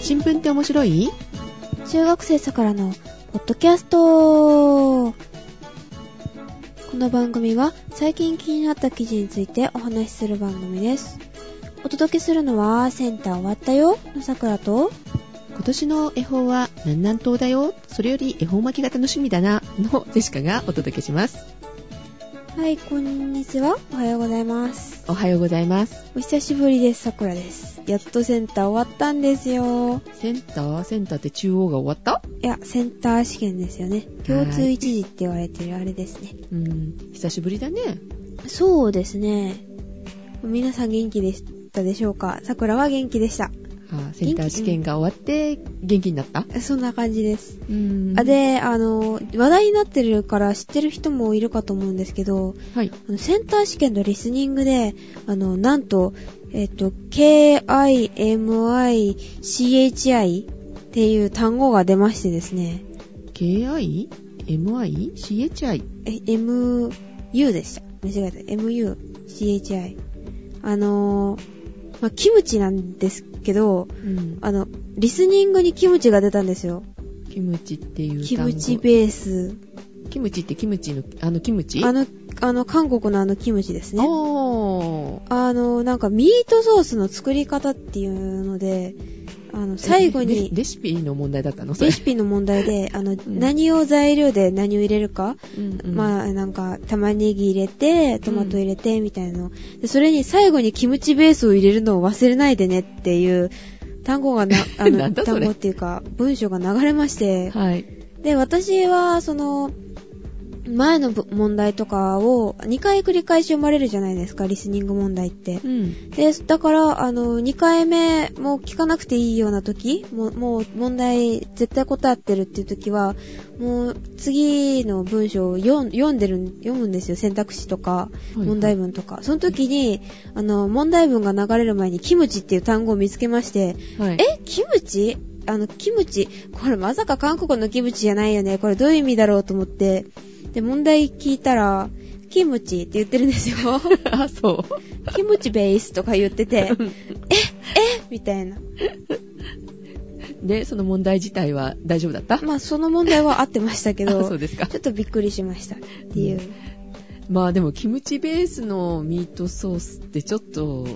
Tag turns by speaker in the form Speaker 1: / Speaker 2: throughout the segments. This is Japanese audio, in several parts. Speaker 1: 新聞って面白い
Speaker 2: 中学生さからのポッドキャストこの番組は最近気になった記事についてお話しする番組ですお届けするのはセンター終わったよのさくらと
Speaker 1: 今年の恵方は南南東だよそれより恵方巻きが楽しみだなのジェシカがお届けします
Speaker 2: はいこんにちはおはようございます
Speaker 1: おはようございます
Speaker 2: お久しぶりですさくらですやっとセンター終わったんですよ
Speaker 1: センターセンターって中央が終わった
Speaker 2: いやセンター試験ですよね共通一次って言われてるあれですね
Speaker 1: うん久しぶりだね
Speaker 2: そうですね。皆さん元気でしたでしょうか桜は元気でした。
Speaker 1: あセンター試験が終わって元気になった
Speaker 2: そんな感じです。
Speaker 1: うん
Speaker 2: あで、あの、話題になってるから知ってる人もいるかと思うんですけど、
Speaker 1: はい
Speaker 2: あのセンター試験のリスニングで、あの、なんと、えっと、KIMICHI っていう単語が出ましてですね、
Speaker 1: KI? MI? CHI?
Speaker 2: え、MU でした。間違えた。MUCHI。あのー、まあ、キムチなんですけど、
Speaker 1: うん
Speaker 2: あの、リスニングにキムチが出たんですよ。
Speaker 1: キムチっていう
Speaker 2: キ
Speaker 1: 単語
Speaker 2: ムチベース。
Speaker 1: キムチってキムチのあのキムチ
Speaker 2: あの、あの、韓国のあのキムチですね。
Speaker 1: おー
Speaker 2: あの、なんかミートソースの作り方っていうので、あの、最後
Speaker 1: レレ
Speaker 2: に、
Speaker 1: レシピの問題だったのそれ
Speaker 2: レシピの問 題で、あの、
Speaker 1: ん
Speaker 2: 何を材料で何を入れるか、
Speaker 1: うんうん
Speaker 2: まあなんか玉ねぎ入れてトマト入れてみたいなの、でそれに最後にキムチベースを入れるのを忘れないでねっていう単語がなあ の
Speaker 1: なんだそ
Speaker 2: 単
Speaker 1: れ
Speaker 2: 語っていうか文章が流れまして
Speaker 1: はい。
Speaker 2: で私はその前のぶ問題とかを2回繰り返し読まれるじゃないですかリスニング問題って
Speaker 1: うん。
Speaker 2: でだからあの2回目もう聞かなくていいような時もうもう問題絶対答えてるっていう時はもう次の文章を読ん読んでる読むんですよ選択肢とか
Speaker 1: はい
Speaker 2: 問題文とか、その時にあの問題文が流れる前にキムチっていう単語を見つけまして、
Speaker 1: はい。
Speaker 2: えキムチあのキムチこれまさか韓国のキムチじゃないよねこれどういう意味だろうと思ってで問題聞いたらキムチって言ってるんですよ
Speaker 1: あ、そ
Speaker 2: キムチベースとか言ってて
Speaker 1: う。
Speaker 2: みたいな。
Speaker 1: で、その問題自体は大丈夫だった
Speaker 2: まあ、その問題は合ってましたけ
Speaker 1: あそ
Speaker 2: ど、
Speaker 1: うですか
Speaker 2: ちょっとびっくりしましたっていう。
Speaker 1: まあでも、キムチベースのミートソースってちょっと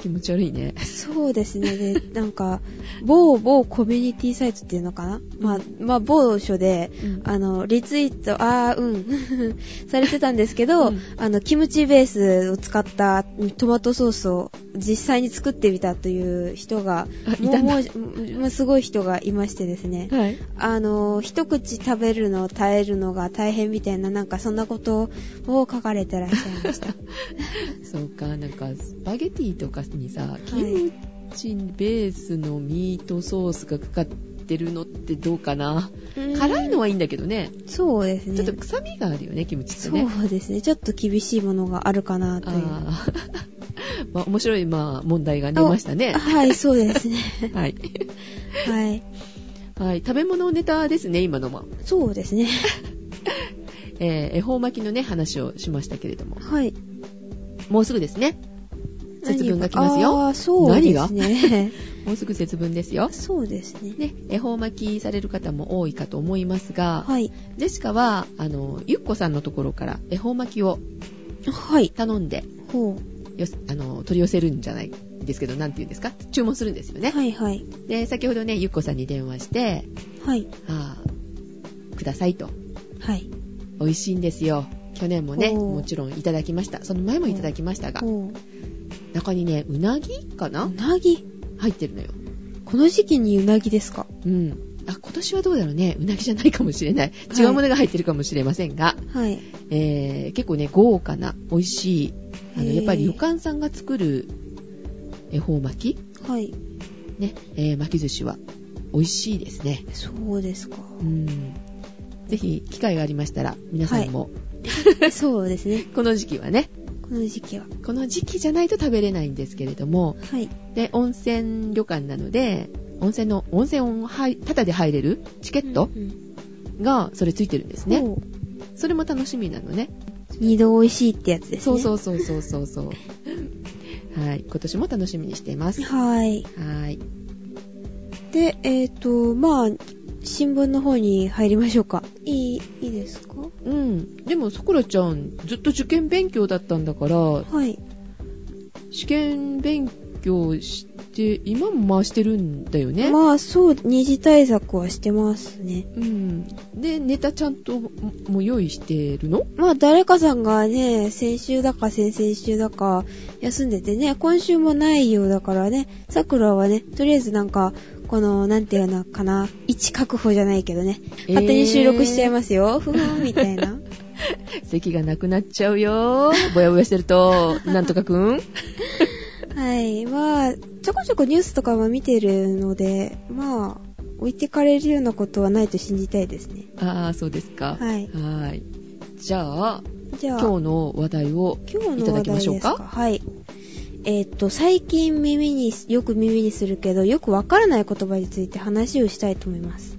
Speaker 1: 気持ち悪いね。
Speaker 2: そうですね。で、なんか、某某コミュニティサイトっていうのかな、まあ、まあ、某所で、あの、リツイート、あー、うん、 されてたんですけど、
Speaker 1: うん
Speaker 2: あの、キムチベースを使ったトマトソースを実際に作ってみたという人が
Speaker 1: あい、たん
Speaker 2: も
Speaker 1: だ
Speaker 2: う、もうもう、すごい人がいましてですね。
Speaker 1: はい。
Speaker 2: あの、一口食べるのを耐えるのが大変みたいな、なんかそんなことを書かれてらっしゃいました。
Speaker 1: そうか、なんか、スパゲティとかにさ、キムチベースのミートソースがかかってるのってどうかな。 辛いの
Speaker 2: は
Speaker 1: はいいんだけどね。
Speaker 2: そうですね。
Speaker 1: ちょっと臭みがあるよね、キムチってね。
Speaker 2: そうですね。ちょっと厳しいものがあるかなという。
Speaker 1: あー まあ、面白い、まあ、問題が出ましたね。
Speaker 2: はい、そうですね。
Speaker 1: はい。
Speaker 2: はい。
Speaker 1: はい。食べ物ネタですね、今のも。
Speaker 2: そうですね。
Speaker 1: えー、恵方巻きのね、話をしましたけれども。
Speaker 2: はい。
Speaker 1: もうすぐですね。節分が来
Speaker 2: 何
Speaker 1: ますよ。
Speaker 2: ああ、そうですね。。
Speaker 1: もうすぐ節分ですよ
Speaker 2: そうですね。
Speaker 1: ね、恵方巻きされる方も多いかと思いますが、
Speaker 2: はい。
Speaker 1: ジェシカは、あの、ゆっこさんのところから恵方巻きを
Speaker 2: はい。
Speaker 1: 頼んで、
Speaker 2: ほ
Speaker 1: よすあの、取り寄せるんじゃないですけど、なんて言うんですか注文するんですよ
Speaker 2: う。
Speaker 1: ね。
Speaker 2: はい、はい。
Speaker 1: で、先ほどね、ゆっこさんに電話して、
Speaker 2: はい。
Speaker 1: あーくださいと。
Speaker 2: はい。
Speaker 1: 美味しいんですよ。去年もね、
Speaker 2: おー
Speaker 1: もちろんいただきました。その前もいただきましたが、
Speaker 2: ほう。
Speaker 1: 中にね、うなぎか
Speaker 2: う
Speaker 1: な
Speaker 2: なぎ。
Speaker 1: 入ってるのよ。
Speaker 2: この時期にうなぎですか
Speaker 1: うん。あ、今年はどうだろうね。うなぎじゃないかもしれない。違うものが入ってるかもしれませんが、
Speaker 2: はい。
Speaker 1: えー、結構ね、豪華な、美味しい、あの、
Speaker 2: へー
Speaker 1: やっぱり旅館さんが作る恵方巻き、
Speaker 2: はい。
Speaker 1: ね、えー巻き寿司は美味しいですね。
Speaker 2: そうです か。
Speaker 1: うん。ぜひ、機会がありましたら、皆さんも、
Speaker 2: そうですね。
Speaker 1: この時期はね、
Speaker 2: この時期は。
Speaker 1: この時期じゃないと食べれないんですけれども、
Speaker 2: はい。
Speaker 1: で、温泉旅館なので、温泉の、温泉をはい、ただで入れるチケット
Speaker 2: うんうん
Speaker 1: が、それついてるんですね。
Speaker 2: ほう
Speaker 1: それも楽しみなのね。
Speaker 2: 二度美味しいってやつですね。。
Speaker 1: そうそううそうそうそうそう。はい。今年も楽しみにしています。
Speaker 2: はい。
Speaker 1: はい。
Speaker 2: で、えっ、と、まあ、新聞の方に入りましょうか。いい、いいですか
Speaker 1: うん。でも、さくらちゃん、ずっと受験勉強だったんだから、
Speaker 2: はい。
Speaker 1: 試験勉強して、今も回してるんだよね。
Speaker 2: まあ、そう、二次対策はしてますね。
Speaker 1: うん。で、ネタちゃんともも用意してるの
Speaker 2: まあ、誰かさんがね、先週だか先々週だか休んでてね、今週もないようだからね、さくらはね、とりあえずなんか、この、なんていうのかな、位置確保じゃないけどね、勝手に収録しちゃい
Speaker 1: ま
Speaker 2: ますよ、ふふん、みたいな。
Speaker 1: す。席がなくなっちゃうよ。ぼやぼやしてると、なんとかく ん。
Speaker 2: はい、まあ、ちょこちょこニュースとかは見てるので、まあ、置いてかれるようなことはないと信じたいですね。
Speaker 1: ああ、そうですか。
Speaker 2: はい
Speaker 1: はーいじゃあ、
Speaker 2: じゃあ、
Speaker 1: 今日の話題を。
Speaker 2: 今日
Speaker 1: い
Speaker 2: の
Speaker 1: ただ
Speaker 2: 話題
Speaker 1: き
Speaker 2: で
Speaker 1: ますしょう
Speaker 2: か
Speaker 1: か
Speaker 2: はい。えーっと、最近耳に、よく耳にするけど、よくわからない言葉について話をしたいと思います。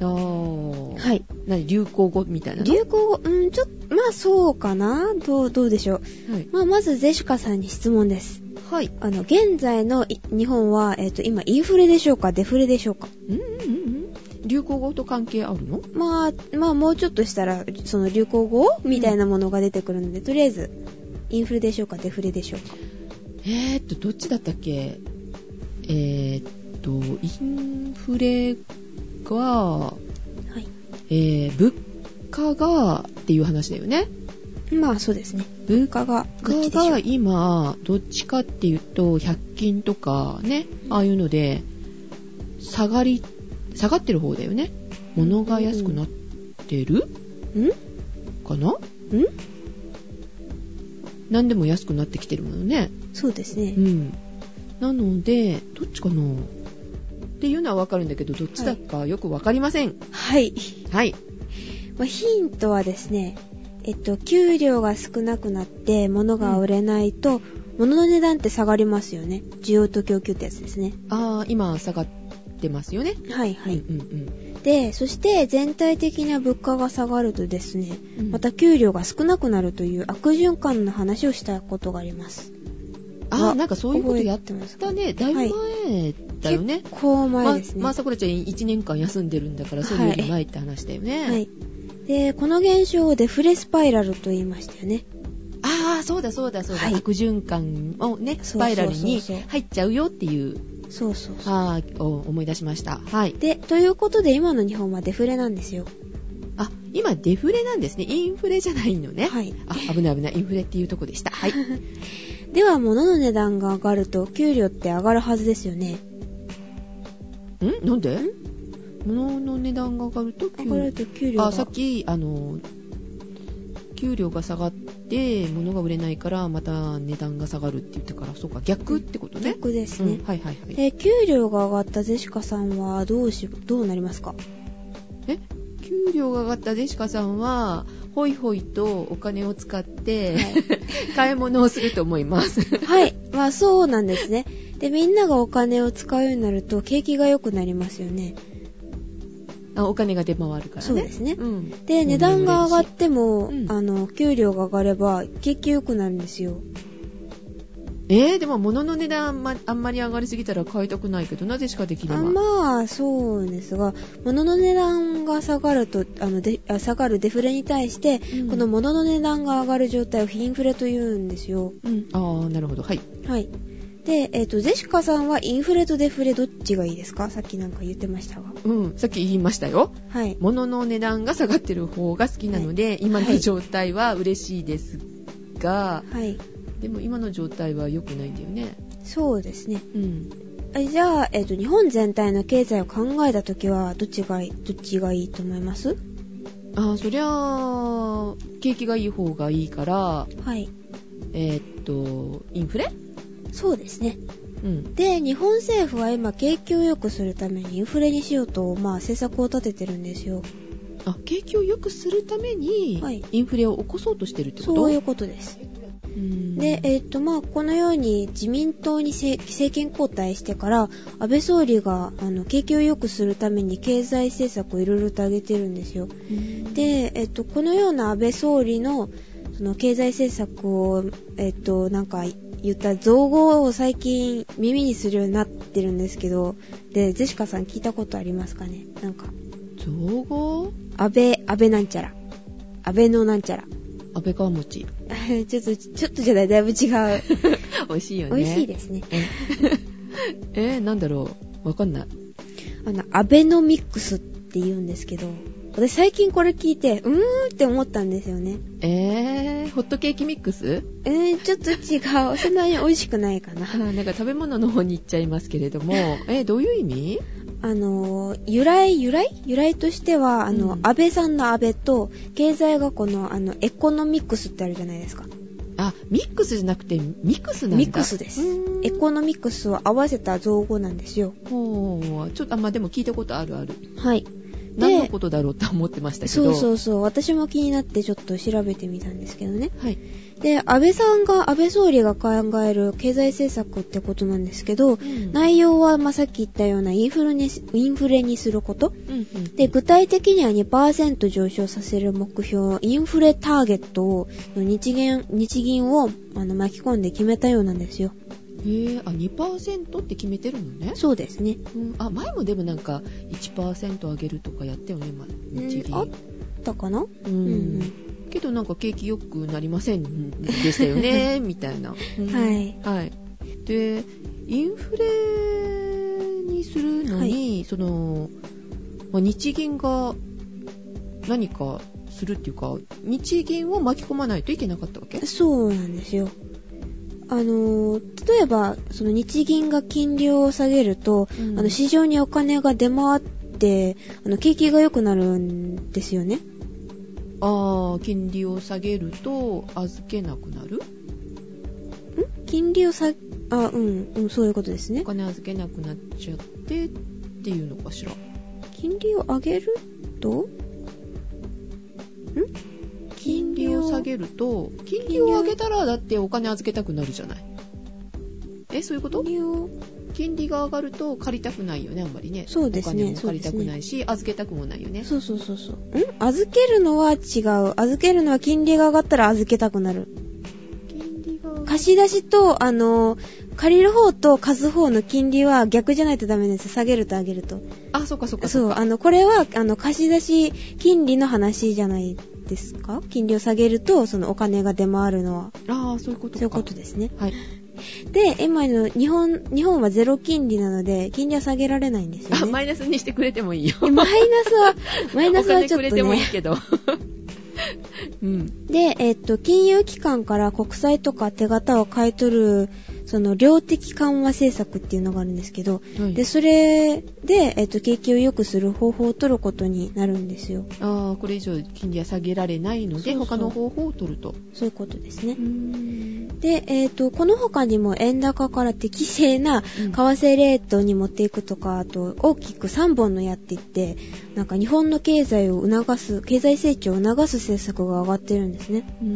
Speaker 1: あー。
Speaker 2: はい。
Speaker 1: 何流行語みたいなの
Speaker 2: 流行語、うん、ちょっと、まあそうかなどう、どうでしょう。
Speaker 1: はい。
Speaker 2: まあまず、ゼシュカさんに質問です。
Speaker 1: はい。
Speaker 2: あの、現在のい日本は、えーっと、今、インフレでしょうかデフレでしょうか
Speaker 1: うんうんうん。流行語と関係あるの
Speaker 2: まあ、まあ、もうちょっとしたら、その流行語みたいなものが出てくるので、とりあえず、インフレでしょうか、デフレでしょうか。
Speaker 1: えーっと、どっちだったっけえーっと、インフレが、
Speaker 2: はい。
Speaker 1: えー、物価がっていう話だよね。
Speaker 2: まあ、そうですね。
Speaker 1: 物
Speaker 2: 物価が、どっ
Speaker 1: 価
Speaker 2: ちでしょ
Speaker 1: が
Speaker 2: う。
Speaker 1: 今、どっちかっていうと、100均とかね、ああいうので、下がり、下がってる方だよね。物が安くなってる
Speaker 2: ん
Speaker 1: かな
Speaker 2: うん
Speaker 1: 何でも安くなってきてるものね。
Speaker 2: そうですね
Speaker 1: う。ん。なので、どっちかなっていうのはわかるんだけど、どっちだかよくわかりません。
Speaker 2: はい。
Speaker 1: はい。
Speaker 2: まあ、ヒントはですね、えっと、給料が少なくなって、物が売れないと、物の値段って下がりますよね。需要と供給ってやつですね。
Speaker 1: ああ、今下がってますよね。
Speaker 2: はいは
Speaker 1: う
Speaker 2: い。
Speaker 1: んうん
Speaker 2: で、そして、全体的な物価が下がるとですね、
Speaker 1: うん。
Speaker 2: また給料が少なくなるという悪循環の話をしたことがあります。
Speaker 1: あ
Speaker 2: あ
Speaker 1: あ、なんかそういうことやっ
Speaker 2: 覚えてます
Speaker 1: たね。だいぶ前だよね。
Speaker 2: 結構前ですね。
Speaker 1: まあ、さくらちゃん1年間休んでるんだから、それより前って話だよね。
Speaker 2: はい。で、この現象をデフレスパイラルと言いましたよね。
Speaker 1: ああ、そうだそうだそうだ。
Speaker 2: はい
Speaker 1: 悪循環をね、スパイラルに入っちゃうよっていう、
Speaker 2: そうそうそう。
Speaker 1: ああ、お思い出しました。はい。
Speaker 2: で、ということで今の日本はデフレなんですよ。
Speaker 1: あ、今デフレなんですね。インフレじゃないのね。
Speaker 2: はい。
Speaker 1: あ、危ない危ない。インフレっていうとこでした。 はい。
Speaker 2: では、物の値段が上がると、給料って上がるはずですよね。
Speaker 1: んなんで物の値段が上がると
Speaker 2: 上がると給料が。
Speaker 1: あ、さっき、あの、給料が下がって、物が売れないから、また値段が下がるって言ったから、そうか、逆ってことね。
Speaker 2: 逆です
Speaker 1: うん
Speaker 2: ね。
Speaker 1: はいはいはい。
Speaker 2: えー給料が上がったゼシカさんはどうし、どうなりますか
Speaker 1: え給料が上がったジェシカさんは、ホイホイとお金を使って、 買い物をすると思います。
Speaker 2: はい。まあそうなんですね。で、みんながお金を使うようになると、景気が良くなりますよね。
Speaker 1: あお金が出回るからね。
Speaker 2: そうですね
Speaker 1: うん。
Speaker 2: で、値段が上がっ
Speaker 1: る。
Speaker 2: ても、
Speaker 1: うん
Speaker 2: あの、給料が上がれば、景気良くなるんですよ。
Speaker 1: えー、でも物の値段あんまあんまり上がりすぎたら買いたくないけど、なぜしかできない
Speaker 2: あまあ、そうですが、物の値段が下がると、あの、であ下がるデフレに対して、
Speaker 1: うん
Speaker 2: この物の値段が上がる状態をインフレと言うんですよ。
Speaker 1: うん。あー、なるほど。はい。
Speaker 2: はい。で、えっ、と、ゼシカさんはインフレとデフレどっちがいいですかさっきなんか言ってましたが。
Speaker 1: うん。さっき言いましたよ。
Speaker 2: はい。
Speaker 1: 物の値段が下がってる方が好きなので、今の状態は嬉しいですが、
Speaker 2: はい。
Speaker 1: でも今の状態は良くないんだよね。
Speaker 2: そうですね。
Speaker 1: うん。
Speaker 2: あじゃあ、えっ、と、日本全体の経済を考えたときは、どっちがいい、どっちがいいと思います
Speaker 1: あーそりゃあ、景気がいい方がいいから、
Speaker 2: はい。
Speaker 1: えーっと、インフレ
Speaker 2: そうですね。
Speaker 1: うん。
Speaker 2: で、日本政府は今、景気を良くするためにインフレにしようと、まあ、政策を立ててるんですよ。
Speaker 1: あ、景気を良くするために
Speaker 2: はい、
Speaker 1: インフレを起こそうとしてるってこと、
Speaker 2: そういううことです。
Speaker 1: ん
Speaker 2: で、えっと、まあ、このように自民党にせ政権交代してから、安倍総理が、あの、景気を良くするために経済政策をいろいろと上げてるんですよ。
Speaker 1: うん
Speaker 2: で、えっと、このような安倍総理の、その経済政策を、えっと、なんか、言った造語を最近耳にするようになってるんですけど、で、ジェシカさん聞いたことありますかねなんか、
Speaker 1: 造語
Speaker 2: 安倍、安倍なんちゃら。安倍のなんちゃら。
Speaker 1: 安倍川餅。
Speaker 2: ちょっと、ちょっとじゃない、だいぶ 違う。
Speaker 1: 美味しいよね。
Speaker 2: 美味しいですね。
Speaker 1: えー、なんだろうわかんない。
Speaker 2: あの、アベノミックスって言うんですけど、私最近これ聞いて、うーんって思ったんですよね。
Speaker 1: えー、ホットケーキミックス
Speaker 2: えー、ちょっと違う。そんなに美味しくないかな
Speaker 1: あ。ー なんか食べ物の方に行っちゃいますけれど も、えー、どういう意味
Speaker 2: あのー、由来、由来由来としては、あの、
Speaker 1: うん
Speaker 2: 安倍さんの安倍と、経済学校のあの、エコノミックスってあるじゃないですか。
Speaker 1: あ、ミックスじゃなくてミクスなんだ。
Speaker 2: ミックスです
Speaker 1: うー。ん
Speaker 2: エコノミックスを合わせた造語なんですよ。
Speaker 1: ほう、ちょっと、あ、まあ、でも聞いたことあるある。
Speaker 2: はい。
Speaker 1: 何のことだろうと思ってましたけ
Speaker 2: そ
Speaker 1: ど。
Speaker 2: うそうそう。私も気になってちょっと調べてみたんですけどね。
Speaker 1: はい。
Speaker 2: で、安倍さんが、安倍総理が考える経済政策ってことなんですけど、
Speaker 1: ん
Speaker 2: 内容は、まあ、さっき言ったようなインフルにす、インフレにすること。
Speaker 1: うんうん
Speaker 2: で、具体的には2%上昇させる目標、インフレターゲットを、の日銀、日銀を、あの、巻き込んで決めたようなんですよ。
Speaker 1: へーあ、2%って決めてるのね。
Speaker 2: そうですね。
Speaker 1: うん、あ、前もでもなんか、1%上げるとかやったよね、ま日銀。
Speaker 2: あったかな
Speaker 1: う
Speaker 2: うんん。
Speaker 1: けどなんか景気良くなりませんでしたよ ね、みたいな。うん
Speaker 2: はい。
Speaker 1: はい。で、インフレにするのに、その、まあ日銀が何かするっていうか、日銀を巻き込まないといけなかったわけ
Speaker 2: そうなんですよ。あのー、例えば、その日銀が金利を下げると、
Speaker 1: うん
Speaker 2: あの、市場にお金が出回って、あの、景気が良くなるんですよね。
Speaker 1: ああ、金利を下げると預けなくなる
Speaker 2: ん金利を下げ、あ、うん、うん、そういうことです
Speaker 1: お
Speaker 2: ね。
Speaker 1: 金預けなくなっちゃってっていうのかしら。
Speaker 2: 金利を上げると、ん
Speaker 1: 金利を下げると、金利を上げたらだってお金預けたくなるじゃない。え、そういうこと
Speaker 2: 金利を、
Speaker 1: 金利が上がると借りたくないよね、あんまりね。
Speaker 2: そうですね
Speaker 1: お金も借りたくないし、預けたくもないよね。
Speaker 2: そうそうそうそう。ん預けるのは違う。預けるのは金利が上がったら預けたくなる。
Speaker 1: 金利が
Speaker 2: 貸し出しと、あの、借りる方と貸す方の金利は逆じゃないとダメなんですよ。下げると上げると。
Speaker 1: あ、そうかそうか
Speaker 2: そうう、
Speaker 1: か。
Speaker 2: あの、これは、あの、貸し出し金利の話じゃないですか金利を下げると、そのお金が出回るのは。
Speaker 1: ああ、そういうことか。
Speaker 2: そういうことですね。
Speaker 1: はい。
Speaker 2: で、今の日本、日本はゼロ金利なので、金利は下げられないんです
Speaker 1: あ、
Speaker 2: よね。
Speaker 1: マイナスにしてくれてもいいよ。
Speaker 2: マイ ナスは、マイナスはちょ
Speaker 1: お金くれ
Speaker 2: っと
Speaker 1: てもいい
Speaker 2: ね。
Speaker 1: けど。 うん。
Speaker 2: で、えっと、金融機関から国債とか手形を買い取る、その、量的緩和政策っていうのがあるんですけど、
Speaker 1: はい
Speaker 2: で、それで、えっと、景気を良くする方法を取ることになるんですよ。
Speaker 1: ああ、これ以上金利は下げられないので、
Speaker 2: そうそう
Speaker 1: 他の方法を取ると。
Speaker 2: そういうことですね。
Speaker 1: ん。
Speaker 2: で、えっ、と、この他にも円高から適正な為替レートに持っていくとか、あと大きく3本の矢って言って、なんか日本の経済を促す、経済成長を促す政策が上がってるんですね。
Speaker 1: うー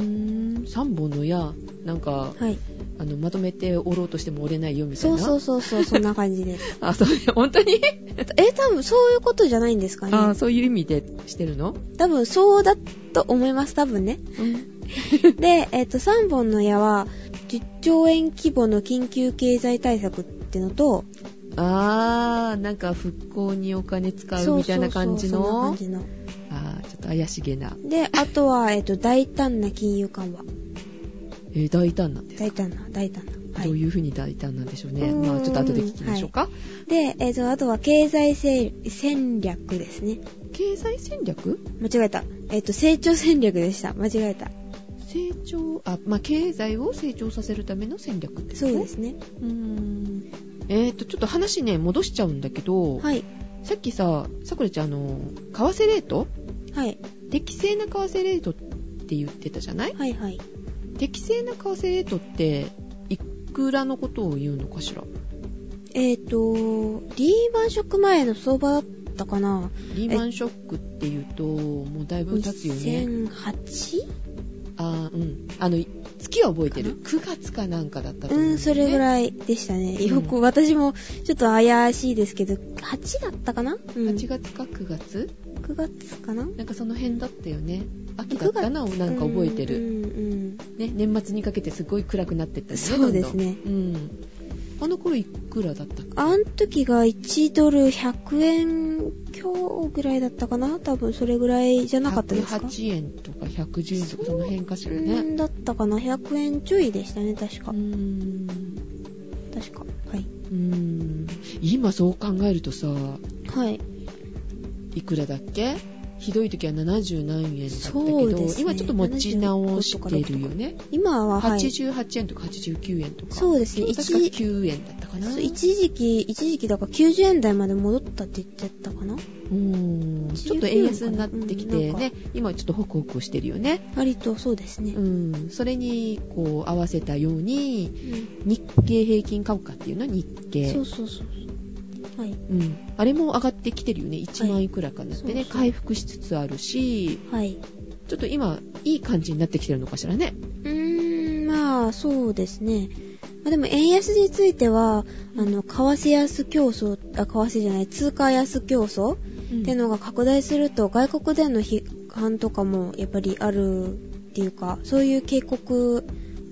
Speaker 1: ん3本の矢なんか
Speaker 2: はい。
Speaker 1: あのまとめて折ろうとしても折れないよみたい
Speaker 2: そ
Speaker 1: な
Speaker 2: うそううそうそう、そんな感じです。
Speaker 1: あそう本当に
Speaker 2: えー、多分そういうことじゃないんですか
Speaker 1: あ
Speaker 2: ね。
Speaker 1: そういう意味でしてるの、
Speaker 2: 多分そうだと思います、多分ね。
Speaker 1: うん、
Speaker 2: で、えっ、と、3本の矢は、10兆円規模の緊急経済対策ってのと、
Speaker 1: あーなんか復興にお金使うみたいな感じ
Speaker 2: そうそうそうそんな
Speaker 1: の
Speaker 2: 感じの。
Speaker 1: あーちょっと怪しげな、
Speaker 2: で、あとは、えっ、と、大胆な金融緩和。
Speaker 1: えー大胆なんです、
Speaker 2: 大胆な、大胆な。は
Speaker 1: どう
Speaker 2: い。
Speaker 1: いうふうに大胆なんでしょうね
Speaker 2: うん
Speaker 1: まあちょっと後で聞きましょうか、
Speaker 2: で、えっ、と、あとは経済せい戦略ですね。
Speaker 1: 経済戦略
Speaker 2: 間違えた。えっ、と、成長戦略でした。間違えた。
Speaker 1: 成長あまあ経済を成長させるための戦略ってこと
Speaker 2: そうですね。
Speaker 1: うーんえっ、とちょっと話ね戻しちゃうんだけど、
Speaker 2: はい。
Speaker 1: さっきさ、さくらちゃん、あの、為替レート
Speaker 2: はい。
Speaker 1: 適正な為替レートって言ってたじゃない
Speaker 2: はいはい。
Speaker 1: 適正な為替レートって、いくらのことを言うのかしら
Speaker 2: えっ、と、リーマンショック前の相場だったかな
Speaker 1: リーマンショックって言うと、もうだいぶ経つよね。
Speaker 2: ?2008?
Speaker 1: あーうん。あの、月は覚えてる
Speaker 2: か
Speaker 1: ?9 月かなんかだったと
Speaker 2: う
Speaker 1: 思うん、
Speaker 2: ん、それぐ
Speaker 1: い。
Speaker 2: らいでしたね。
Speaker 1: うん
Speaker 2: よく、私もちょっと怪しいですけど、8だったかな、うん、
Speaker 1: 8
Speaker 2: 9
Speaker 1: 月か9月
Speaker 2: 月かな
Speaker 1: なんかその辺だったよね。秋だったなをなんか覚えてる、
Speaker 2: うんうん
Speaker 1: ね、年末にかけてすごい暗くなってったり
Speaker 2: そうですね
Speaker 1: うん、あの頃いくらだったか
Speaker 2: あん時が1ドル100円強ぐらいだったかな多分それぐらいじゃなかったですか
Speaker 1: 108円とか110円とかその辺かしら
Speaker 2: う
Speaker 1: ね
Speaker 2: んだったかな100円ちょいでしたね確
Speaker 1: う
Speaker 2: か、
Speaker 1: ーん
Speaker 2: 確かはい、
Speaker 1: うーん今そう考えるとさ
Speaker 2: はい、
Speaker 1: いくらだっけひどい時は70何円だったけ
Speaker 2: そう
Speaker 1: ど、
Speaker 2: ですね
Speaker 1: 今ちょっと持ち直してるよね
Speaker 2: 今は、はい、
Speaker 1: 88円とか89円とか
Speaker 2: そうですね
Speaker 1: 今確か
Speaker 2: 一
Speaker 1: 9円だったかな
Speaker 2: そう一時期一時期だから90円台まで戻ったって言っちゃったかな
Speaker 1: うんちょっと円安になってきて
Speaker 2: うんなん
Speaker 1: ね今ちょっとホクホクしてるよね
Speaker 2: 割とそうですね、
Speaker 1: うんそれにこう合わせたように
Speaker 2: うん
Speaker 1: 日経平均株価っていうのは日経
Speaker 2: そうそうそうそうはい
Speaker 1: うん、あれも上がってきてるよね1万いくらかになってね、
Speaker 2: そうそう
Speaker 1: 回復しつつあるし
Speaker 2: はい
Speaker 1: ちょっと今いい感じになってきてるのかしらね
Speaker 2: うーんまあそうですね、まあ、でも円安についてはあの為替安競争あ為替じゃない通貨安競争っていうのが拡大すると外国での批判とかもやっぱりあるっていうかそういう警告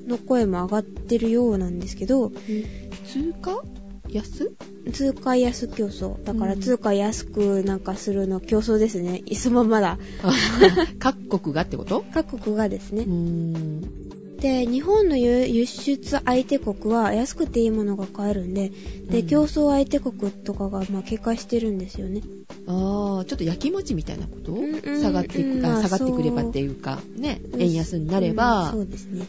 Speaker 2: の声も上がってるようなんですけど
Speaker 1: 通貨安
Speaker 2: 通貨安競争だから
Speaker 1: うん
Speaker 2: 通貨安くなんかするの競争ですねいそのままだ
Speaker 1: 各国がってこと
Speaker 2: 各国がですね、
Speaker 1: うーん
Speaker 2: で日本の輸輸出相手国は安くていいものが買えるんでで、
Speaker 1: うん
Speaker 2: 競争相手国とかがまあ警戒してるんですよね
Speaker 1: ああちょっと焼きもちみたいなこと、
Speaker 2: うんうん
Speaker 1: 下がっていく、
Speaker 2: うん
Speaker 1: あ
Speaker 2: まあ
Speaker 1: 下がってくればっていうかね円安になれば、う
Speaker 2: う
Speaker 1: ん
Speaker 2: そ
Speaker 1: ん
Speaker 2: うですね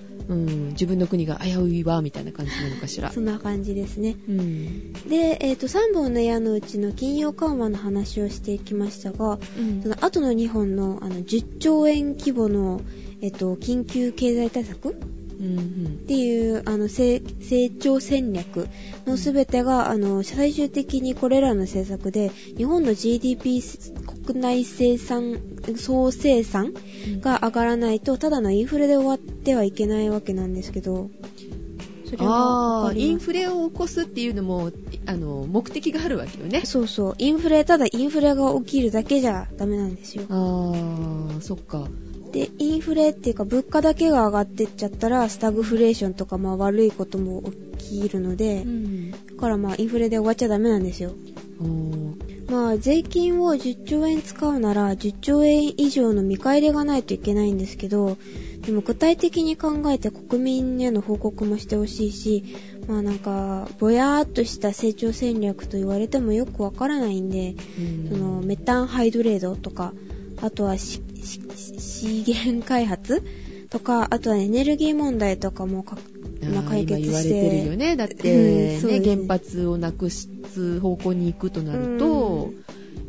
Speaker 1: 自分の国が危ういわみたいな感じなのかしら
Speaker 2: そんな感じですね
Speaker 1: うん、
Speaker 2: で、えー、と3本の矢のうちの金融緩和の話をしてきましたが
Speaker 1: うん
Speaker 2: その後の2本のあの10兆円規模の、えー、と緊急経済対策
Speaker 1: うん
Speaker 2: っていうあの成成長戦略のすべてがあの最終的にこれらの政策で日本の GDP 国内生産総生産
Speaker 1: うん
Speaker 2: が上がらないとただのインフレで終わってはいけないわけなんですけどそれはわ
Speaker 1: あ
Speaker 2: か
Speaker 1: あ
Speaker 2: り
Speaker 1: イン
Speaker 2: ます
Speaker 1: フレを起こすっていうのもあの目的があるわけよね
Speaker 2: そうそうインフレただインフレが起きるだけじゃダメなんですよ
Speaker 1: ああそっか
Speaker 2: でインフレっていうか物価だけが上がってっちゃったらスタグフレーションとかまあ悪いことも起きるので
Speaker 1: ん
Speaker 2: だからまあインフレで終わっちゃダメなんですよまあ、税金を10兆円使うなら10兆円以上の見返りがないといけないんですけどでも具体的に考えて国民への報告もしてほしいしまあなんかぼやーっとした成長戦略と言われてもよくわからないんでそのメタンハイドレードとかあとはししし資源開発とかあとはエネルギー問題とかもかまあ解決し
Speaker 1: 今
Speaker 2: て
Speaker 1: 言われてるよねだって、
Speaker 2: うんそう
Speaker 1: ね
Speaker 2: ですね
Speaker 1: 原発をなくす方向に行くとなると、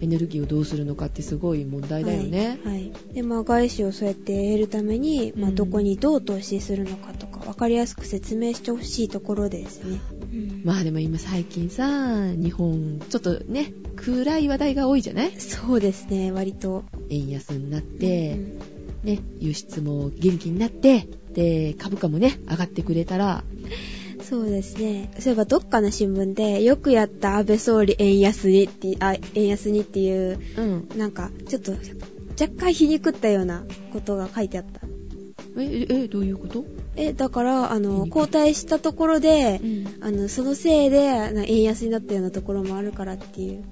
Speaker 1: エネルギーをどうするのかってすごい問題だよね、
Speaker 2: はいはいでまあ、外資をそうやって得るために、まあ、
Speaker 1: うん
Speaker 2: どこにどう投資するのかとか分かりやすく説明してほしいところですね。
Speaker 1: まあでも今最近さ日本ちょっとね暗い話題が多いじゃない
Speaker 2: そうですね割と。
Speaker 1: 円安になって、
Speaker 2: うん
Speaker 1: ね輸出も元気になってで株価もね上がってくれたら
Speaker 2: そうですねそういえばどっかの新聞でよくやった安倍総理円安にってあ円安にっていう
Speaker 1: うん
Speaker 2: なんかちょっと若干皮肉ったようなことが書いてあった。
Speaker 1: えええどういうこと、
Speaker 2: えだからあ
Speaker 1: 皮
Speaker 2: の
Speaker 1: 肉
Speaker 2: 交代したところで、あのそのせいであの円安になったようなところもあるからっていう。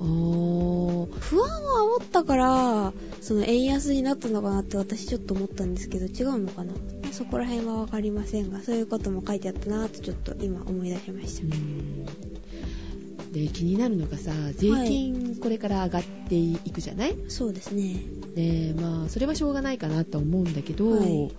Speaker 1: あー
Speaker 2: 不安を煽ったからその円安になったのかなって私ちょっと思ったんですけど違うのかなまあそこら辺は分かりませんがそういうことも書いてあったなとちょっと今思い出しまし
Speaker 1: う
Speaker 2: た、
Speaker 1: んで気になるのがさ税金これから上がっていくじゃない、
Speaker 2: そうですね
Speaker 1: でまあそれはしょうがないかなと思うんだけど、
Speaker 2: はい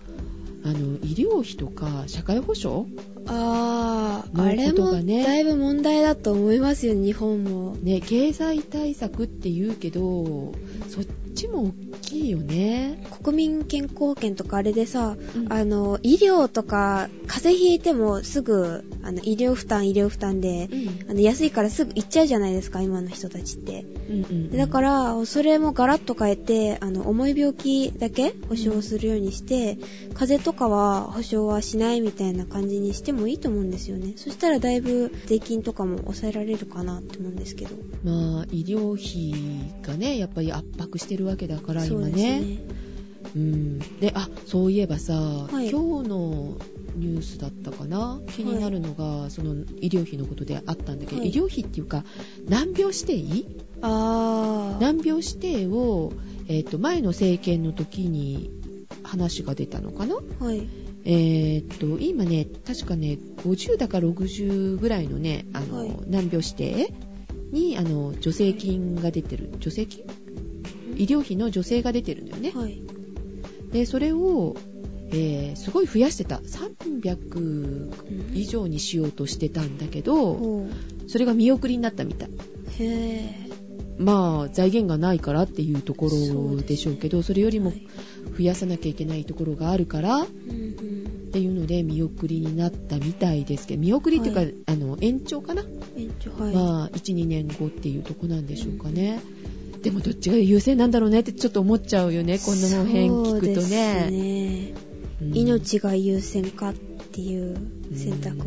Speaker 1: あの医療費とか社会保障
Speaker 2: あー
Speaker 1: あ
Speaker 2: あ
Speaker 1: れ
Speaker 2: れ
Speaker 1: も
Speaker 2: も
Speaker 1: だ
Speaker 2: だいぶ問題だと思いますよ日本も
Speaker 1: ね経済対策って言うけどそっちも大きいよね、
Speaker 2: 国民健康保険とかあれでさあの医療とか風邪ひいてもすぐあの医療負担医療負担で
Speaker 1: うん
Speaker 2: あの安いからすぐ行っちゃうじゃないですか今の人たちって
Speaker 1: うんうん
Speaker 2: でだかららそれもガラッと変えてあの重い病気だけ保証するようにして、風邪とかは保証はしないみたいな感じにしてもいいと思うんですよねそしたらだいぶ税金とかも抑えられるかなって思うんですけど
Speaker 1: まあ医療費がねやっぱり圧迫してるわけだから
Speaker 2: そう
Speaker 1: 今
Speaker 2: です
Speaker 1: ねうん、であそういえばさ、
Speaker 2: い
Speaker 1: 今日のニュースだったかな気になるのが、その医療費のことであったんだけど、
Speaker 2: はい
Speaker 1: 医療費っていうか難病指定
Speaker 2: あー。
Speaker 1: 難病指定を、えっと前の政権の時に話が出たのかな
Speaker 2: はい。
Speaker 1: えーっと今ね確かね50だか60ぐらいのねあの、
Speaker 2: はい
Speaker 1: 難病指定にあの助成金が出てる助成金医療費の助成が出てるんだよね、
Speaker 2: はい。
Speaker 1: でそれを、えーすごい増やしてた300以上にしようとしてたんだけど
Speaker 2: ほう
Speaker 1: それが見送りになったみたい
Speaker 2: へえ。
Speaker 1: まあ財源がないからっていうとこ
Speaker 2: そう
Speaker 1: ろ
Speaker 2: ですね
Speaker 1: でしょうけどそれよりも
Speaker 2: はい
Speaker 1: 増やさなきゃいけないところがあるから
Speaker 2: うん
Speaker 1: っていうので見送りになったみたいですけど見送りっていうか、
Speaker 2: は
Speaker 1: あの延長かな、
Speaker 2: うん。延長、はい。
Speaker 1: まあ12年後っていうとこなんでしょうかね、でもどっちが優先なんだろうねってちょっと思っちゃうよねこんなの辺聞くと
Speaker 2: そう
Speaker 1: ね
Speaker 2: ですね。
Speaker 1: うん
Speaker 2: 命が優先かっていう選択が。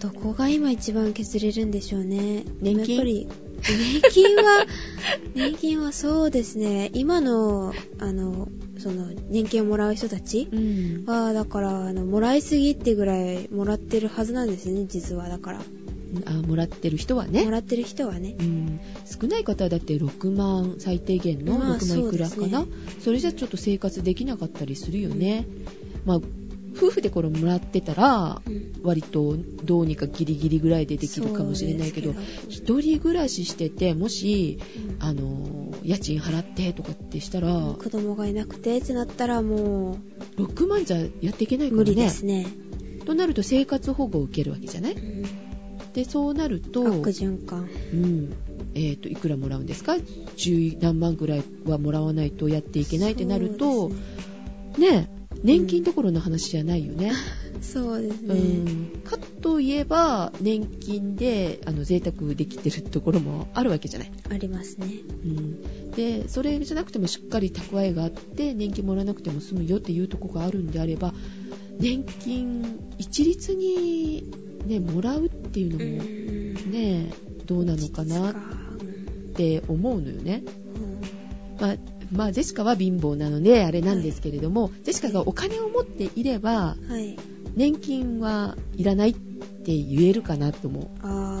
Speaker 2: どこが今一番削れるんでしょうね。
Speaker 1: 年金
Speaker 2: やっぱり、年 金は、年金はそうですね。今の、あの、その、年金をもらう人たち
Speaker 1: うん
Speaker 2: は、だから、あの、もらいすぎってぐらいもらってるはずなんですね、実は。だから。
Speaker 1: あもらってる人は
Speaker 2: も
Speaker 1: ね、
Speaker 2: らってる人はね。
Speaker 1: うん、少ない方はだって6万最低限の
Speaker 2: まあ
Speaker 1: 6万いくらか
Speaker 2: そ
Speaker 1: な、
Speaker 2: うで
Speaker 1: それじゃちょっと生活できなかったりするよね、まあ夫婦でこれもらってたら
Speaker 2: うん
Speaker 1: 割とどうにかギリギリぐらいでできるかもしれないけど
Speaker 2: そうですけど
Speaker 1: 一人暮らししててもし
Speaker 2: うん
Speaker 1: あの家賃払ってとかってしたら6
Speaker 2: 子供がいなくてってなったらも
Speaker 1: 万じゃやっていけないうか
Speaker 2: 無
Speaker 1: ら
Speaker 2: 理で
Speaker 1: ね
Speaker 2: すね。
Speaker 1: となると生活保護を受けるわけじゃない
Speaker 2: うん
Speaker 1: でそうなると、
Speaker 2: 悪循環。
Speaker 1: うんえっといくらもらうんですか十何万ぐらいはもらわないとやっていけないってなる
Speaker 2: そう
Speaker 1: と
Speaker 2: ですね
Speaker 1: ね年金どころの話じゃないよね。
Speaker 2: そうです
Speaker 1: う
Speaker 2: ね。
Speaker 1: ん、かといえば年金であの贅沢できてるところもあるわけじゃない。
Speaker 2: ありますね。
Speaker 1: うん、でそれじゃなくてもしっかり蓄えがあって年金もらわなくても済むよっていうとこがあるんであれば年金一律に、ね、もらうっていうのも
Speaker 2: ね
Speaker 1: ね、どうなのかなって思うのよね。まあまあ、ジェシカは貧乏なのであれなんですけれども、ジェシカがお金を持っていれば
Speaker 2: はい。
Speaker 1: 年金はいらないって言えるかなと思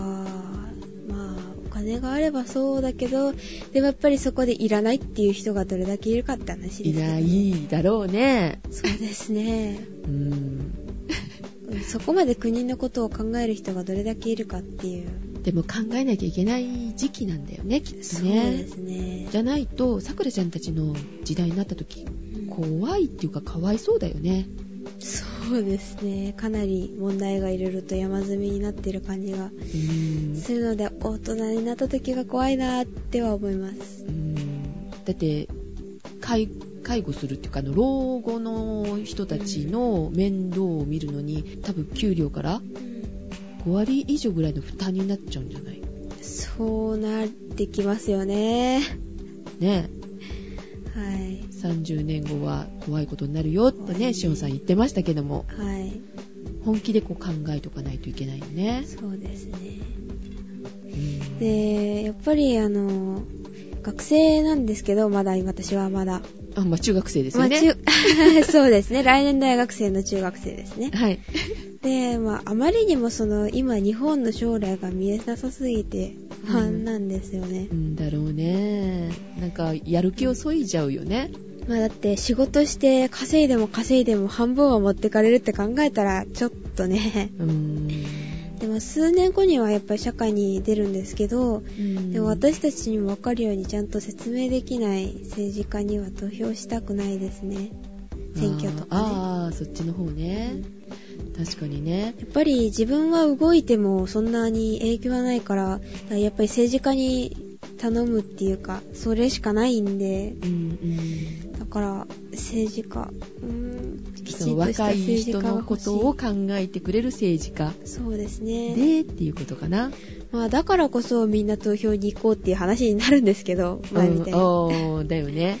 Speaker 2: あー、まあ、お金があればそうだけど、でもやっぱりそこでいらないっていう人がどれだけいるかって話
Speaker 1: うい
Speaker 2: ですけど
Speaker 1: な
Speaker 2: ね。
Speaker 1: いだろうね。
Speaker 2: そうですね。
Speaker 1: うん
Speaker 2: そこまで国のことを考える人がどれだけいるかっていう。
Speaker 1: でも考えなきゃいけない時期なんだよねきっと
Speaker 2: そう
Speaker 1: ね
Speaker 2: で。すね。
Speaker 1: じゃないとさくらちゃんたちの時代になった時
Speaker 2: うん
Speaker 1: 怖いっていうかかわいそうだよね
Speaker 2: そうですね。かなり問題がいろいろと山積みになってる感じが
Speaker 1: うーん
Speaker 2: するので、大人になった時が怖いなーっては思います。
Speaker 1: うーんだって介介護するっていうかあの老後の人たちの面倒を見るのに多分給料から5割以上ぐらいの負担になっちゃうんじゃない
Speaker 2: そうなってきますよね。
Speaker 1: ね
Speaker 2: はい。
Speaker 1: 30年後は怖いことになるよって
Speaker 2: 怖
Speaker 1: ね
Speaker 2: い
Speaker 1: しおんさん言ってましたけども
Speaker 2: はい。
Speaker 1: 本気でこう考えとかないといけないよね、
Speaker 2: そうですね。
Speaker 1: うん
Speaker 2: で、やっぱりあの、学生なんですけど、まだ、私はまだ。
Speaker 1: あまあ中学生です
Speaker 2: ま
Speaker 1: よ
Speaker 2: あ
Speaker 1: ね、
Speaker 2: 中 そうですね。来年大学生の中学 生ですね。
Speaker 1: はい
Speaker 2: で、まあ、あまりにもその、今、日本の将来が見えなさすぎて、不安なんですよね
Speaker 1: う。んだろうねなんかやる気を削いじゃうよね
Speaker 2: まあ、だって、仕事して、稼いでも稼いでも半分は持ってかれるって考えたら、ちょっとね。
Speaker 1: うん
Speaker 2: でも、数年後にはやっぱり社会に出るんですけど、
Speaker 1: うん
Speaker 2: でも私たちにも分かるようにちゃんと説明できない政治家には投票したくないですね選挙とかね
Speaker 1: あーあーそっちの方ね確かにね
Speaker 2: やっぱり自分は動いてもそんなに影響はないからだからやっぱり政治家に頼むっていうかそれしかないんで
Speaker 1: うんうん
Speaker 2: だから政治家うーんき
Speaker 1: そ
Speaker 2: ち
Speaker 1: うん
Speaker 2: とした
Speaker 1: 若い
Speaker 2: 政治
Speaker 1: 人
Speaker 2: 家が
Speaker 1: の
Speaker 2: 欲
Speaker 1: こ
Speaker 2: しい
Speaker 1: とを考えてくれる政治家
Speaker 2: そうですね、
Speaker 1: でっていうことかな、
Speaker 2: まあ、だからこそみんな投票に行こうっていう話になるんですけど前みたいに
Speaker 1: うんおーだよね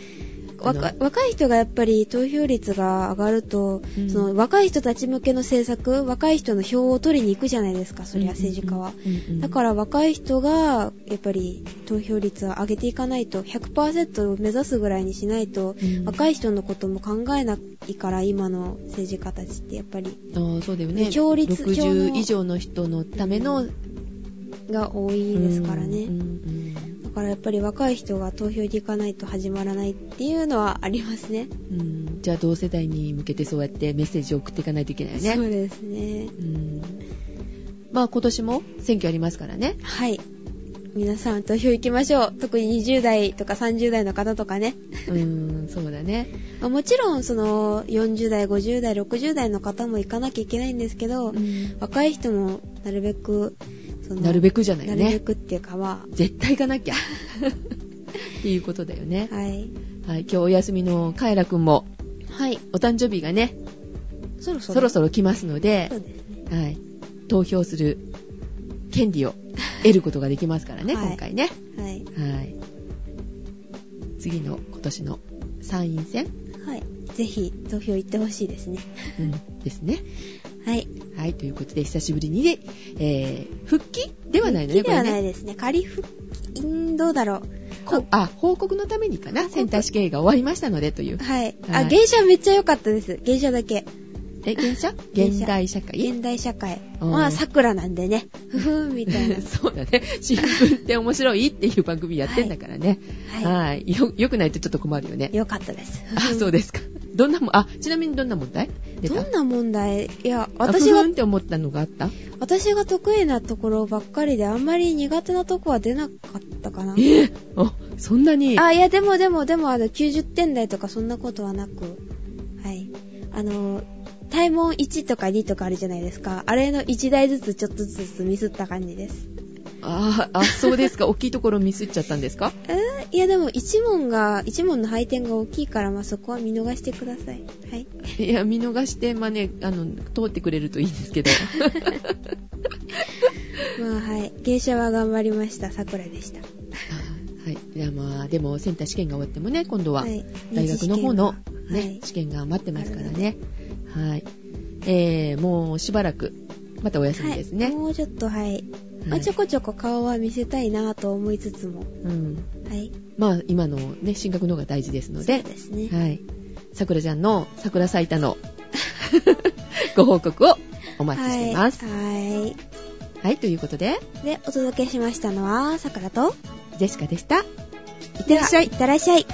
Speaker 1: あの
Speaker 2: 若若い人がやっぱり投票率が上がると、
Speaker 1: うん
Speaker 2: その若い人たち向けの政策若い人の票を取りに行くじゃないですかそり
Speaker 1: う
Speaker 2: ゃ
Speaker 1: ん
Speaker 2: 政治家は、
Speaker 1: うんうん
Speaker 2: だから若い人がやっぱり投票率を上げていかないと100%を目指すぐらいにしないと、
Speaker 1: うん
Speaker 2: 若い人のことも考えないから今の政治家たちってやっぱり
Speaker 1: あーそうだよね
Speaker 2: 強烈強
Speaker 1: 60
Speaker 2: の
Speaker 1: 以上の人のための
Speaker 2: が多いですからね、
Speaker 1: うんうん
Speaker 2: だからやっぱり若い人が投票に行かないと始まらないっていうのはありますね
Speaker 1: うんうんじゃあ同世代に向けてそうやってメッセージを送っていかないといけないよね
Speaker 2: そうですね
Speaker 1: うんまあ今年も選挙ありますから ね
Speaker 2: はい皆さん投票行きましょう特に20代とか30代の方とかね
Speaker 1: うんそうだね
Speaker 2: まあもちろんその40代50代60代の方も行かなきゃいけないんですけど、若い人もなるべくその
Speaker 1: なるべくじゃない
Speaker 2: な
Speaker 1: よ
Speaker 2: るべ
Speaker 1: ね
Speaker 2: くっていうかは、
Speaker 1: 絶対行かなきゃ っていうことだよね、
Speaker 2: はい
Speaker 1: はい、今日お休みのカエラくんも
Speaker 2: はい
Speaker 1: お誕生日がね
Speaker 2: そろそろ
Speaker 1: そろそろ来ますので
Speaker 2: そ、うですね
Speaker 1: はい、投票する権利を得ることができますからね、
Speaker 2: はい
Speaker 1: 今回ね、
Speaker 2: はい
Speaker 1: はい、次の今年の参院選、
Speaker 2: はいぜひ投票行ってほしいですね
Speaker 1: うんですね。
Speaker 2: はい
Speaker 1: はい、ということで久しぶりにね、えー、復帰ではないのね、こ
Speaker 2: 復帰で
Speaker 1: れ
Speaker 2: はない
Speaker 1: ね。
Speaker 2: ですね仮復帰うんどうだろう
Speaker 1: こあ、報告のためにかな、センター試験が終わりましたのでという。
Speaker 2: はい、
Speaker 1: は
Speaker 2: あ
Speaker 1: い
Speaker 2: 芸者めっちゃ良かったです芸者だけ
Speaker 1: え、現社
Speaker 2: 現社
Speaker 1: 現代社会
Speaker 2: 現代社会
Speaker 1: うん
Speaker 2: まあ桜なんでねふふんみた いな
Speaker 1: そうだね。新聞って面白いっていう番組やってんだからね。
Speaker 2: は
Speaker 1: はい。よ、よくないとちょっと困るよね
Speaker 2: い。良かったです
Speaker 1: あ、そうですか。どんなもん、あ、ちなみにどんな問題出た
Speaker 2: どんな問題いや
Speaker 1: 私
Speaker 2: 私が
Speaker 1: がって思ったのがあった
Speaker 2: 私が得意なところばっかりであんまり苦手なとこは出なかったかな
Speaker 1: ええあ、そんなに。
Speaker 2: あ、いや、でもでもでも、あの、90点台とかそんなことはなく、はい。あの、対問1とか2とかあるじゃないですか。あれの1台ずつちょっとずつミスった感じです。
Speaker 1: ああ、そうですか。大きいところミスっちゃったんですか
Speaker 2: えーいや、でも1問が、1問の配点が大きいから、まあ、そこは見逃してください。 はい。
Speaker 1: いや、見逃して、まあね、あの、通ってくれるといいんです けど。
Speaker 2: まあ、はい。芸者は頑張りました。桜でした。
Speaker 1: はい。いや、まあ、でも、センター試験が終わってもね、今度は、
Speaker 2: い。
Speaker 1: 大学の方の、ね、
Speaker 2: はい
Speaker 1: 試験が待ってますからね。はい。えー、もう、しばらく、またお
Speaker 2: 二
Speaker 1: 休
Speaker 2: 次試験が
Speaker 1: みですね。
Speaker 2: はい。もうちょっと、はい。ま
Speaker 1: は
Speaker 2: あ、
Speaker 1: い
Speaker 2: ちょこちょこ顔は見せたいなと思いつつも、
Speaker 1: うん。
Speaker 2: はい。
Speaker 1: まあ、今のね、進学の方が大事ですの
Speaker 2: そう
Speaker 1: で、
Speaker 2: ですね。
Speaker 1: はい。桜ちゃんの桜咲いたの ご報告をお待ちしています。
Speaker 2: はい。はい
Speaker 1: はい、ということで、
Speaker 2: で、お届けしましたのは、さくらと、
Speaker 1: ジェシカでした。
Speaker 2: いって
Speaker 1: らっしゃい
Speaker 2: いってらっしゃい。